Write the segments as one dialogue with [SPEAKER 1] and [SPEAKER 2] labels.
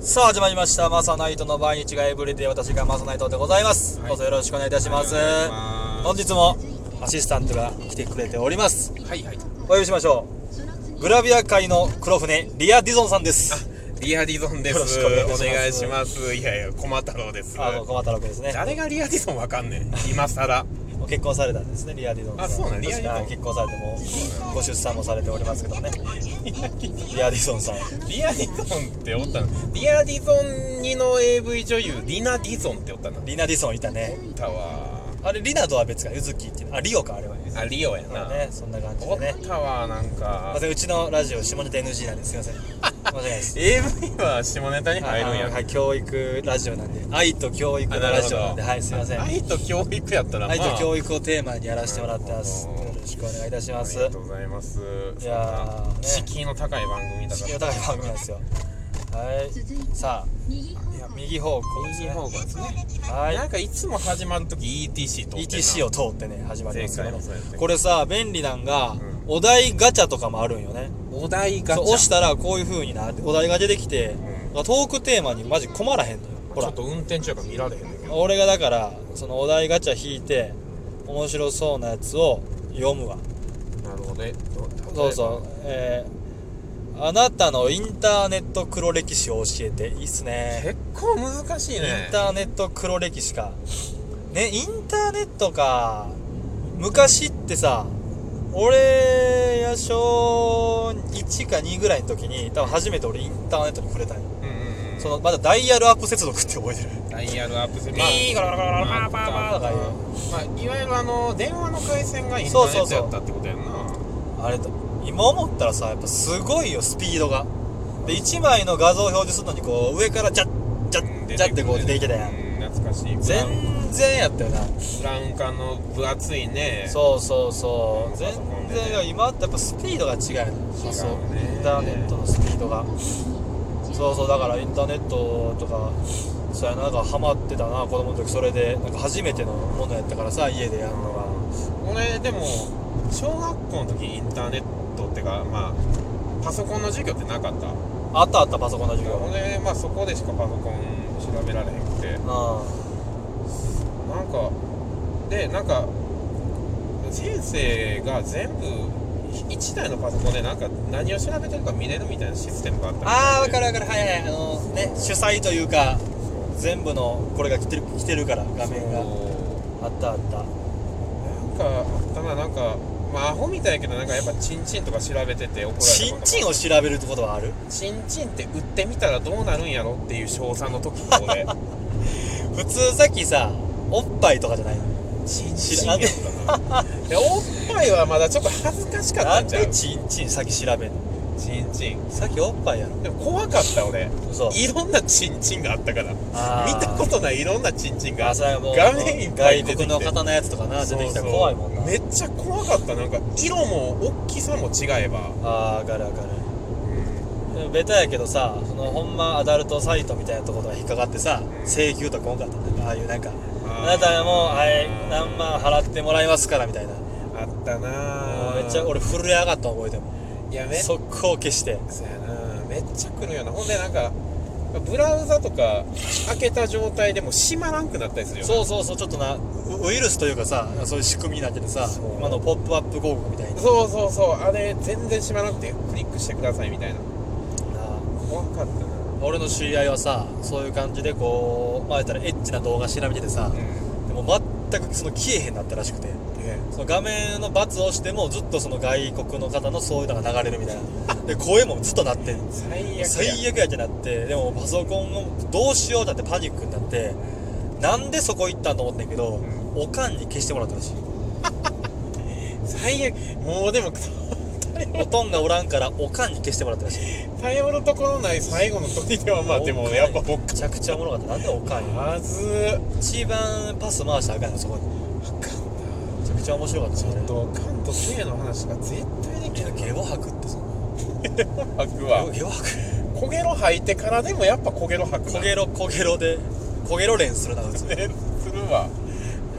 [SPEAKER 1] さあ始まりましたマサナイトの毎日がエブリデイ私がマサナイトでございます、
[SPEAKER 2] はい
[SPEAKER 1] どうぞよろしくお願いいたします,、
[SPEAKER 2] はいお願いします
[SPEAKER 1] 本日もアシスタントが来てくれております
[SPEAKER 2] はいはい。
[SPEAKER 1] お呼びしましょうグラビア界の黒船リア・ディゾンさんです
[SPEAKER 2] リアディゾンです。
[SPEAKER 1] よろしく
[SPEAKER 2] お
[SPEAKER 1] お願いします
[SPEAKER 2] 願いします。いやいや、駒太郎です。
[SPEAKER 1] あの駒太郎君ですね
[SPEAKER 2] 誰がリアディゾンわかんねん。今更。
[SPEAKER 1] もう結婚されたんですねリア・ディゾンさん
[SPEAKER 2] あそうなんリアディゾン
[SPEAKER 1] はい結婚されてもうご出産もされておりますけどねリア・ディゾンさん
[SPEAKER 2] リアディゾンっておったの。リアディゾン2の AV 女優、リナディゾンっておったの。
[SPEAKER 1] リナ・ディゾンいたね
[SPEAKER 2] いたわ。
[SPEAKER 1] あれリナとは別かゆずきっていうあリオかあれはね
[SPEAKER 2] あ、リオやな。
[SPEAKER 1] ねそんな感じ
[SPEAKER 2] お
[SPEAKER 1] で
[SPEAKER 2] っ
[SPEAKER 1] ね
[SPEAKER 2] たわ、なん
[SPEAKER 1] ま
[SPEAKER 2] か
[SPEAKER 1] あ。でうちのラジオ下ネタ NG なんですいません申し訳ないです
[SPEAKER 2] AV は下ネタに入るんや
[SPEAKER 1] はいはい、教育ラジオなんで愛と教育のラジオなんではいすいません
[SPEAKER 2] 愛と教育やったら、まあ、
[SPEAKER 1] 愛と
[SPEAKER 2] 育
[SPEAKER 1] 教育をテーマにやらせてもらってます
[SPEAKER 2] な
[SPEAKER 1] よ
[SPEAKER 2] るほど
[SPEAKER 1] ろしくお願いいたしま
[SPEAKER 2] あ
[SPEAKER 1] す
[SPEAKER 2] りがとうございます。
[SPEAKER 1] いやーね
[SPEAKER 2] 敷居の高い番組だから。
[SPEAKER 1] 敷居の高い番組なんですよはいさあ右方向です
[SPEAKER 2] 右
[SPEAKER 1] ね
[SPEAKER 2] 方向ですね。
[SPEAKER 1] は
[SPEAKER 2] なん
[SPEAKER 1] い
[SPEAKER 2] かいつも始まるとき ETC と
[SPEAKER 1] ETC を通ってね始まりますからね
[SPEAKER 2] 前回もそうやったけど
[SPEAKER 1] これさ便利なんが、
[SPEAKER 2] ん
[SPEAKER 1] お題ガチャとかもあるんよね
[SPEAKER 2] お題ガ
[SPEAKER 1] そう
[SPEAKER 2] チャ
[SPEAKER 1] 押したらこういう風になお題が出てきて、トークテーマにマジ困らへんのよほ
[SPEAKER 2] ちょ
[SPEAKER 1] ら
[SPEAKER 2] っと運転中やから見られへんねんけど
[SPEAKER 1] 俺がだからそのお題ガチャ引いて面白そうなやつを読むわ
[SPEAKER 2] なるほどね
[SPEAKER 1] そうそうえー、あなたのインターネット黒歴史を教えていいっすね
[SPEAKER 2] 結構難しいね
[SPEAKER 1] インターネット黒歴史かねインターネットか昔ってさ俺や小1か2ぐらいの時に多分初めて俺インターネットに触れたんよ
[SPEAKER 2] うんうんうん
[SPEAKER 1] そのまだダイヤルアップ接続って覚えてる
[SPEAKER 2] ダイヤルアップせ
[SPEAKER 1] ピーガラガラガラガラパーパーパーとかいう
[SPEAKER 2] まあいわゆるあの電話の回線がインターネットやったってことやんな
[SPEAKER 1] あれと今思ったらさやっぱすごいよスピードがで1枚の画像を表示するのにこう上からジャッジャ
[SPEAKER 2] うん
[SPEAKER 1] ッ
[SPEAKER 2] 出
[SPEAKER 1] ジャッってて
[SPEAKER 2] く
[SPEAKER 1] こう
[SPEAKER 2] る
[SPEAKER 1] 出
[SPEAKER 2] ね
[SPEAKER 1] てきたやん
[SPEAKER 2] うん懐かしい
[SPEAKER 1] 全
[SPEAKER 2] ブ
[SPEAKER 1] 然やったよな
[SPEAKER 2] ラウン管の分厚いね
[SPEAKER 1] そうそうそう全然よ
[SPEAKER 2] うん
[SPEAKER 1] 今ってやっぱスピードが違うよそうそう
[SPEAKER 2] ね
[SPEAKER 1] インターネットのスピードがそうそうだからインターネットとかそうやななんかハマってたな子供の時それでなんか初めてのものやったからさ家でやるのが
[SPEAKER 2] 俺でも小学校の時インターネットってかまあパソコンの授業ってなかった
[SPEAKER 1] あったあったパソコンの授業うん
[SPEAKER 2] 俺まあそこでしかパソコン調べられへんくてなんかでなんか先生が全部1台のパソコンでなんか何を調べてるか見れるみたいなシステムがあった
[SPEAKER 1] ああわ
[SPEAKER 2] 分
[SPEAKER 1] かるわかるはいはいあのね主催というか全部のこれが来てる来てるから画面があったあった
[SPEAKER 2] なんかあったななんかまあアホみたいやけどなんかやっぱチンチンとか調べてて怒られた
[SPEAKER 1] チンチン
[SPEAKER 2] を
[SPEAKER 1] を調べるってことはある
[SPEAKER 2] チンチンって売ってみたらどうなるんやろっていう小3の時の俺
[SPEAKER 1] 普通さっきさおっぱいとかじゃないの
[SPEAKER 2] チンチンやった なでおっぱいはまだちょっと恥ずかしかった
[SPEAKER 1] なん
[SPEAKER 2] んちゃ
[SPEAKER 1] で
[SPEAKER 2] う
[SPEAKER 1] チンチンさっき調べんの
[SPEAKER 2] チンチン
[SPEAKER 1] さっきおっぱいやろ
[SPEAKER 2] でも怖かった俺
[SPEAKER 1] 嘘
[SPEAKER 2] いろんなチンチンがあったから見
[SPEAKER 1] あー
[SPEAKER 2] たことないいろんなチンチンが
[SPEAKER 1] あそれはもう
[SPEAKER 2] 画面いっぱい出て
[SPEAKER 1] 外
[SPEAKER 2] きて
[SPEAKER 1] 国の方のやつとかな出てきたら
[SPEAKER 2] そうそう
[SPEAKER 1] 怖いもんな
[SPEAKER 2] めっちゃ怖かったなんか色も大きさも違えば、
[SPEAKER 1] ああわかるわかるでもベタやけどさそのほんまアダルトサイトみたいなところが引っかかってさ請求とか多かったんだよああいうなんかあなたもうはい何万払ってもらいますからみたいな
[SPEAKER 2] あったな
[SPEAKER 1] めっちゃ俺震え上がったの覚えても
[SPEAKER 2] いやめっ
[SPEAKER 1] 速攻消して
[SPEAKER 2] そうやなめっちゃ来るよなほんでなんかブラウザとか開けた状態でも閉まらんくなったりするよな
[SPEAKER 1] そうそうそうちょっとなウウイルスというかさそういう仕組みになっててさ
[SPEAKER 2] そう
[SPEAKER 1] 今のポップアップ広告みたいな
[SPEAKER 2] そうそうそうあれ全然閉まらなくてクリックしてくださいみたいな怖かったな
[SPEAKER 1] 俺の知り合いはさそういう感じでこうまあ言ったらエッチな動画調べててさ
[SPEAKER 2] うん
[SPEAKER 1] でも全くその消えへんなったらしくてその画面の×を押してもずっとその外国の方のそういうのが流れるみたいなで声もずっと鳴ってん
[SPEAKER 2] 最悪や
[SPEAKER 1] 最悪やってなってでもパソコンをどうしようだってパニックになってなんでそこ行ったんと思ったんやけど、
[SPEAKER 2] う
[SPEAKER 1] おかんに消してもらったらしい
[SPEAKER 2] 最悪もうでも
[SPEAKER 1] おとんがおらんからおかんに消してもらったらしい
[SPEAKER 2] 頼るところない最後の時ではまあでもやっぱ
[SPEAKER 1] おかん
[SPEAKER 2] 僕
[SPEAKER 1] めちゃくちゃおもろかったなんでおかんや
[SPEAKER 2] まずー
[SPEAKER 1] 一番パス回したらあかんのそこにめちゃくちゃ面白かったしあれ
[SPEAKER 2] とカンと性の話が絶対でき
[SPEAKER 1] け
[SPEAKER 2] ない
[SPEAKER 1] どゲボ吐くってそん
[SPEAKER 2] 吐く
[SPEAKER 1] な
[SPEAKER 2] わ
[SPEAKER 1] ゲボ吐く
[SPEAKER 2] 焦げろ吐いてからでもやっぱ焦げろ吐く
[SPEAKER 1] 焦げろ焦げろで焦げろ連するな普通
[SPEAKER 2] ねするわ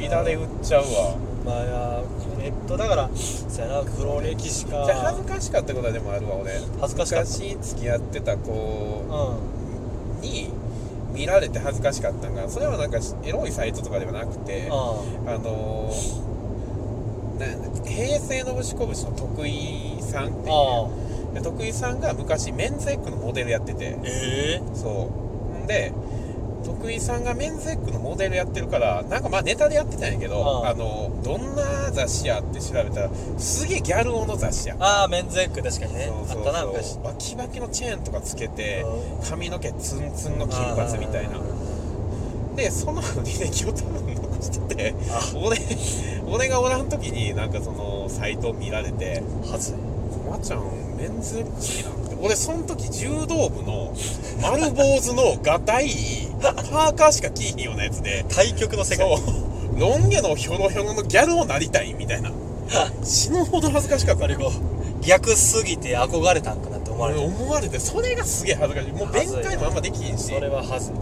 [SPEAKER 2] 乱れ売っちゃうわ
[SPEAKER 1] まあいやネットだからそやな黒歴史か
[SPEAKER 2] じゃあ恥ずかしかったことはでもあるわ俺
[SPEAKER 1] 恥ずかしかった
[SPEAKER 2] 昔付き合ってた子
[SPEAKER 1] うん
[SPEAKER 2] に見られて恥ずかしかったんがそれはなんかエロいサイトとかではなくてあ
[SPEAKER 1] あ
[SPEAKER 2] のな平成のぶしこぶしの徳井さんって
[SPEAKER 1] あああ
[SPEAKER 2] いうで徳井さんが昔メンズエッグのモデルやってて
[SPEAKER 1] ええ
[SPEAKER 2] そうほんで徳井さんがメンズエッグのモデルやってるからなんかまあネタでやってたんやけど
[SPEAKER 1] あ
[SPEAKER 2] あ
[SPEAKER 1] あ
[SPEAKER 2] のどんな雑誌やって調べたらすげえギャル男の雑誌や
[SPEAKER 1] ああメンズエッグ確かにね
[SPEAKER 2] そうそうそう
[SPEAKER 1] あったな昔
[SPEAKER 2] バキバキのチェーンとかつけて髪の毛ツンツンの金髪みたいなでその履歴を多分残してて
[SPEAKER 1] あ
[SPEAKER 2] 俺俺がおらん時になんかそのサイト見られて
[SPEAKER 1] はずい
[SPEAKER 2] 「まちゃんメンズエッグ好きなん?」て俺その時柔道部の丸坊主のがたいパーカーしか着いひんようなやつで
[SPEAKER 1] 対局の世界
[SPEAKER 2] そうロン毛のヒョロヒョロのギャルをなりたいみたいな死ぬほど恥ずかしかった
[SPEAKER 1] あれこう逆すぎて憧れたんかなって思われてる
[SPEAKER 2] 思われてそれがすげえ恥ずかしいもう弁解もあんまできひんし
[SPEAKER 1] それははずい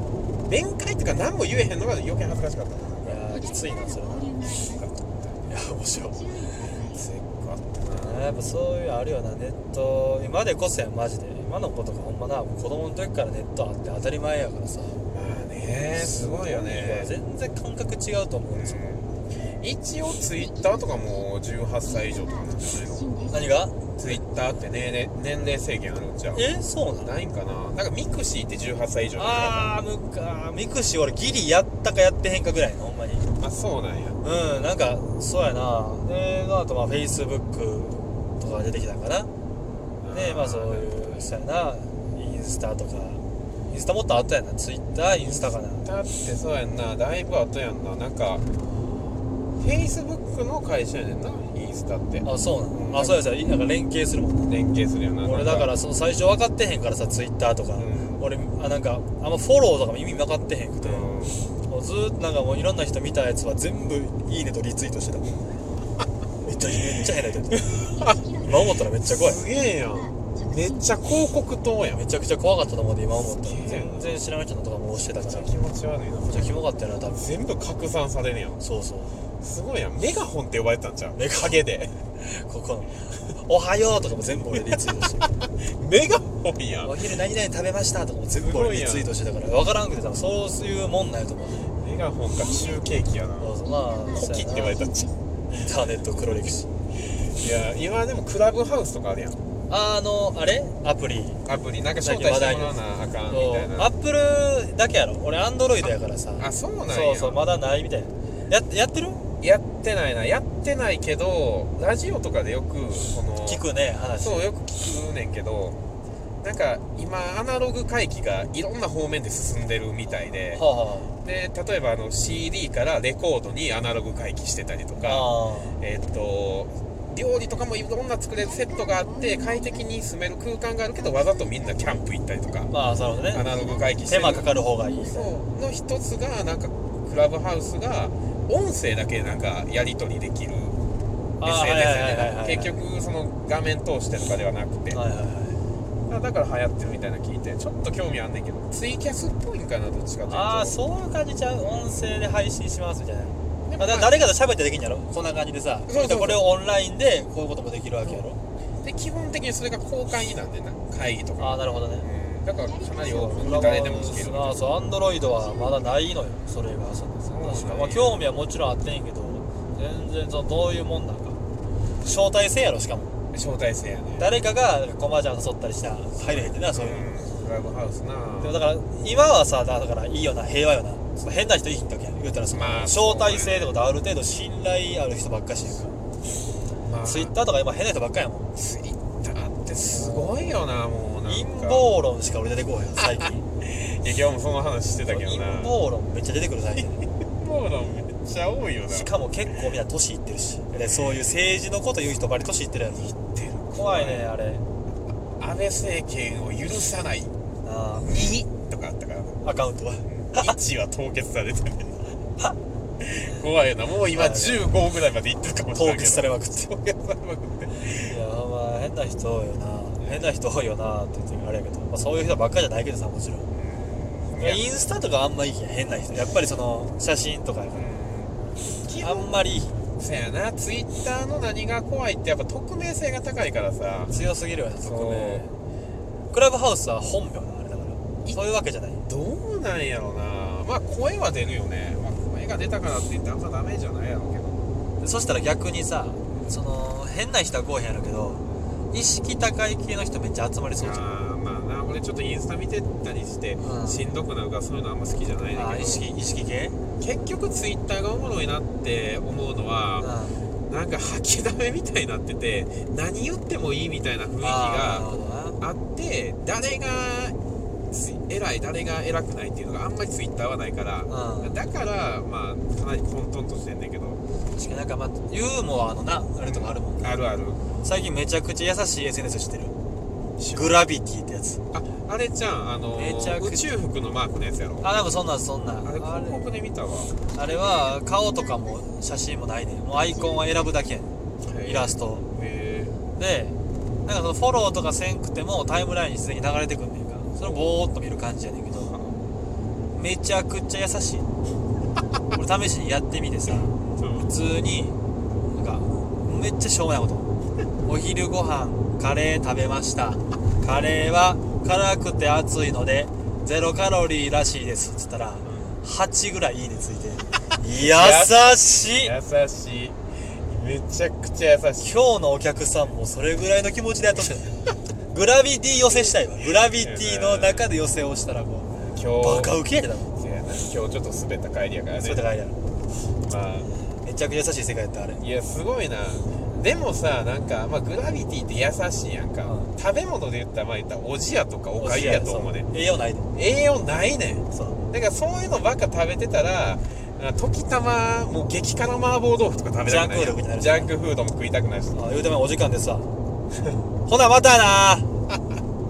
[SPEAKER 2] 弁解っていうか何も言えへんのが余計恥ずかしかった
[SPEAKER 1] いやーきついなそれはいや面白い
[SPEAKER 2] せっかったな
[SPEAKER 1] やっぱそういうのあるよなネット今でこそやマジで今の子とかほんまなもう子供の時からネットあって当たり前やからさ
[SPEAKER 2] まあねすごいよね
[SPEAKER 1] 全然感覚違うと思うんですよ
[SPEAKER 2] うん一応ツイッターとかも18歳以上とかなんじゃないの
[SPEAKER 1] 何が
[SPEAKER 2] ツイッターってねね年齢制限あるんじゃん
[SPEAKER 1] えそうなの
[SPEAKER 2] ないんかななんかミクシーって18歳以上
[SPEAKER 1] あーむかミクシー俺ギリやったかやってへんかぐらいのほんまに
[SPEAKER 2] ああそうなんや
[SPEAKER 1] うんなんかそうやなであとまあフェイスブックとかが出てきたんかなでまあそういうそうやなインスタとかインスタもっとあったやなツイッターインスタかな
[SPEAKER 2] だってそうやんなだいぶ後やんななんかフェイスブックの会社やねんなインスタって
[SPEAKER 1] あそうなのあそうやそうやなんか連携するもんな
[SPEAKER 2] 連携するよな
[SPEAKER 1] 俺
[SPEAKER 2] なん
[SPEAKER 1] だからその最初分かってへんからさツイッターとか、
[SPEAKER 2] うん
[SPEAKER 1] 俺あなんかあんまフォローとかも意味分かってへんくて、
[SPEAKER 2] うん
[SPEAKER 1] もうずーっとなんかもういろんな人見たやつは全部いいねとリツイートしてためっちゃめっちゃ変な人やった今思ったらめっちゃ怖い
[SPEAKER 2] すげえやんめっちゃ広告塔やんめ
[SPEAKER 1] め
[SPEAKER 2] っ
[SPEAKER 1] ちゃくちゃ怖かったと思うで今思ったら
[SPEAKER 2] すげえ
[SPEAKER 1] 全然知らない人のとかも押してたか
[SPEAKER 2] ちゃ
[SPEAKER 1] らめ
[SPEAKER 2] 気
[SPEAKER 1] っ
[SPEAKER 2] 持ち悪いな
[SPEAKER 1] ちゃキモかったよな多分
[SPEAKER 2] 全部拡散されるやん
[SPEAKER 1] そうそう
[SPEAKER 2] すごいやんメガホンって呼ばれてたんちゃう
[SPEAKER 1] メガホン
[SPEAKER 2] 影で
[SPEAKER 1] ここの「おはよう」とかも全部俺リツイート して
[SPEAKER 2] メガホン
[SPEAKER 1] 「
[SPEAKER 2] やん
[SPEAKER 1] お昼何々食べました」とかも全部
[SPEAKER 2] すごいやん
[SPEAKER 1] 俺リツイートしてたから分からんくて多分そういうもんなんやと思う
[SPEAKER 2] メガホンか中継機やな
[SPEAKER 1] そう
[SPEAKER 2] コ
[SPEAKER 1] そうまあそう
[SPEAKER 2] キ
[SPEAKER 1] や
[SPEAKER 2] っ
[SPEAKER 1] な
[SPEAKER 2] て呼ばれたんちゃう
[SPEAKER 1] インターネット黒歴史
[SPEAKER 2] いや今でもクラブハウスとかあるやん
[SPEAKER 1] あのあれアプリ
[SPEAKER 2] アプリなんか招待してもらわなあかんみたい
[SPEAKER 1] ア
[SPEAKER 2] な
[SPEAKER 1] ップルだけやろ俺アンドロイドやからさ
[SPEAKER 2] あそうなんや
[SPEAKER 1] そうそうまだないみたいなややってる
[SPEAKER 2] やってないなやってないけどラジオとかでよくこの
[SPEAKER 1] 聞くね話
[SPEAKER 2] そうよく聞くねんけどなんか今アナログ回帰がいろんな方面で進んでるみたいで
[SPEAKER 1] はあは
[SPEAKER 2] で例えばあの CD からレコードにアナログ回帰してたりと
[SPEAKER 1] あ
[SPEAKER 2] かえっと料理とかもいろんな作れるセットがあって快適に住める空間があるけどわざとみんなキャンプ行ったりと
[SPEAKER 1] あ
[SPEAKER 2] か
[SPEAKER 1] ーまあそうだ
[SPEAKER 2] ア
[SPEAKER 1] ね
[SPEAKER 2] ナログ回帰して
[SPEAKER 1] 手
[SPEAKER 2] る
[SPEAKER 1] 間かかる方がいい
[SPEAKER 2] そうの一つがなんかクラブハウスが音声だけなんかやり取りできる
[SPEAKER 1] はいはいはいはい
[SPEAKER 2] SNS で
[SPEAKER 1] はい
[SPEAKER 2] 結局その画面通してとかではなくて、
[SPEAKER 1] はいはいはい
[SPEAKER 2] あだから流行ってるみたいなの聞いてちょっと興味あんねんけどツイキャスっぽいんかなどっちかというと
[SPEAKER 1] ああそういう感じちゃう音声で配信しますみたいな
[SPEAKER 2] でも
[SPEAKER 1] あだ
[SPEAKER 2] まあ
[SPEAKER 1] 誰かと喋ってできんやろこんな感じでさ
[SPEAKER 2] そうそうそう
[SPEAKER 1] これをオンラインでこういうこともできるわけやろ
[SPEAKER 2] で基本的にそれが公開になんでな会議とか
[SPEAKER 1] ああなるほどね
[SPEAKER 2] うんだからかなりオープン
[SPEAKER 1] 裏
[SPEAKER 2] に
[SPEAKER 1] 側
[SPEAKER 2] 誰でも聞ける
[SPEAKER 1] なそうアンドロイドはまだないのよそれがその
[SPEAKER 2] うなんや
[SPEAKER 1] 確かまあ興味はもちろんあってんけど全然そのどういうもんなんか招待制やろしかも
[SPEAKER 2] 招待制やね
[SPEAKER 1] 誰かがコマージャン誘ったりしたら入れへんってなそういう、
[SPEAKER 2] うんクラブハウスな
[SPEAKER 1] でもだから今はさだからいいよな平和よなその変な人いいんだけやん言うたらその、
[SPEAKER 2] まあ
[SPEAKER 1] 招待制ってことはある程度信頼ある人ばっかしやんか
[SPEAKER 2] まあ
[SPEAKER 1] ツイッターとか今変な人ばっかやもん
[SPEAKER 2] ツイッターってすごいよなもうなんか
[SPEAKER 1] 陰謀論しか俺出てこうへん最近
[SPEAKER 2] いや今日もその話してたけど
[SPEAKER 1] 陰
[SPEAKER 2] な
[SPEAKER 1] 謀論めっちゃ出てくる最近
[SPEAKER 2] 謀論めっちゃ多いよな
[SPEAKER 1] しかも結構みんな年いってるしでそういう政治のこと言う人ばり年いってるやろ
[SPEAKER 2] ってる
[SPEAKER 1] 怖いねあれ
[SPEAKER 2] 安倍政権を許さない
[SPEAKER 1] あ
[SPEAKER 2] 2とかあったから
[SPEAKER 1] ーアカウントは
[SPEAKER 2] 1は凍結されてる怖いよなもう今15ぐらいまでいってるかもし
[SPEAKER 1] 凍
[SPEAKER 2] れないけ
[SPEAKER 1] 結
[SPEAKER 2] ど
[SPEAKER 1] されまくって
[SPEAKER 2] 凍結されまくって
[SPEAKER 1] いやまあ変な人多いよな変な人多いよなって言ってあれやけど、まあ、そういう人ばっかじゃないけどさもちろん
[SPEAKER 2] うん
[SPEAKER 1] いやインスタとかあんまいいやん変な人やっぱりその写真とかやか
[SPEAKER 2] 基
[SPEAKER 1] らあ
[SPEAKER 2] 本
[SPEAKER 1] んまりいい
[SPEAKER 2] そやなツイッターの何が怖いってやっぱ匿名性が高いからさ
[SPEAKER 1] 強すぎるよな
[SPEAKER 2] そ
[SPEAKER 1] 匿
[SPEAKER 2] う
[SPEAKER 1] 名クラブハウスは本名なあれだから
[SPEAKER 2] い
[SPEAKER 1] そういうわけじゃない
[SPEAKER 2] どうなんやろなまあ声は出るよね、まあ、声が出たからって言ってあんまダメじゃないやろうけど
[SPEAKER 1] そしたら逆にさその変な人はこうへんやろうけど意識高い系の人めっちゃ集まりそうじゃん
[SPEAKER 2] あーまあな俺ちょっとインスタ見てたりして、
[SPEAKER 1] うん
[SPEAKER 2] しんどくなるからそういうのあんま好きじゃないねん
[SPEAKER 1] あー
[SPEAKER 2] けど
[SPEAKER 1] 意識意識系
[SPEAKER 2] 結局ツイッターがおもろいなって思うの
[SPEAKER 1] うん
[SPEAKER 2] は、なんか吐きだめみたいになってて何言ってもいいみたいな雰囲
[SPEAKER 1] あー
[SPEAKER 2] 気
[SPEAKER 1] なる
[SPEAKER 2] が
[SPEAKER 1] ほどな
[SPEAKER 2] あって誰がつ偉い誰が偉くないっていうのがあんまりツイッターはないから、
[SPEAKER 1] うん
[SPEAKER 2] だからまあかなり混沌としてんねんけど
[SPEAKER 1] 確かになんかまあユーモアのなあれとかあるもんな
[SPEAKER 2] あるある
[SPEAKER 1] 最近めちゃくちゃ優しい SNS 知ってる
[SPEAKER 2] し
[SPEAKER 1] グラビティってやつ
[SPEAKER 2] ああれじゃんあの
[SPEAKER 1] めちゃく
[SPEAKER 2] 宇宙服のマークのやつやろあ
[SPEAKER 1] あなんかそんなんそんなん
[SPEAKER 2] れ
[SPEAKER 1] あ
[SPEAKER 2] 広
[SPEAKER 1] れ
[SPEAKER 2] 告で見たわ
[SPEAKER 1] あれは顔とかも写真もないねんもうアイコンは選ぶだけやんイラ
[SPEAKER 2] ス
[SPEAKER 1] スト
[SPEAKER 2] トへ
[SPEAKER 1] でなんかそのフォローとかせんくてもタイムラインにすでに流れてくんねんかそれをボーっと見る感じやねんけどめちゃくちゃ優しい俺試しにやってみてさ普通になんかめっちゃしょうもないこと お昼ご飯カレー食べましたカレーは辛くて熱いのでゼロカロリーらしいですっつったら8ぐらいいいねつ いて優しい
[SPEAKER 2] 優しいめちゃくちゃ優しい
[SPEAKER 1] 今日のお客さんもそれぐらいの気持ちでやっとってるグラビティ寄せしたいわグラビティの中で寄せをしたらも
[SPEAKER 2] 今日
[SPEAKER 1] うバカウケやでだもん
[SPEAKER 2] せやな今日ちょっと滑った帰りやからね
[SPEAKER 1] それだからあれやろ
[SPEAKER 2] まあ
[SPEAKER 1] めちゃくちゃ優しい世界やったあれ
[SPEAKER 2] いやすごいなでもさなんか、まあ、グラビティって優しいやんか、
[SPEAKER 1] う
[SPEAKER 2] 食べ物で言ったらまあ言ったらおじやとかおかゆやと思うね
[SPEAKER 1] そ栄養ないで
[SPEAKER 2] 栄養ないねん
[SPEAKER 1] そう
[SPEAKER 2] だからそういうのばっか食べてたらあ時たまもう激辛麻婆豆腐とか食べたくないや
[SPEAKER 1] ジ
[SPEAKER 2] ん
[SPEAKER 1] ャンクフードみたいな
[SPEAKER 2] ジャンクフードも食いたくないし
[SPEAKER 1] あ言うてもお時間ですわ ほなまたな